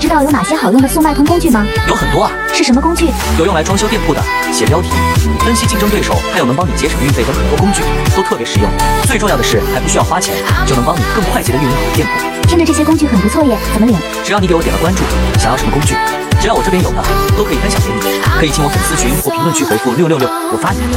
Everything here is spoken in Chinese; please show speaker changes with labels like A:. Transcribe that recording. A: 知道有哪些好用的速卖通工具吗？
B: 有很多啊，
A: 是什么工具？
B: 有用来装修店铺的，写标题、分析竞争对手，还有能帮你节省运费的很多工具，都特别实用。最重要的是，还不需要花钱，就能帮你更快捷的运营好店铺。
A: 听着这些工具很不错耶，怎么领？
B: 只要你给我点了关注，想要什么工具，只要我这边有的，都可以分享给你。可以进我粉丝群或评论区回复六六六，我发你。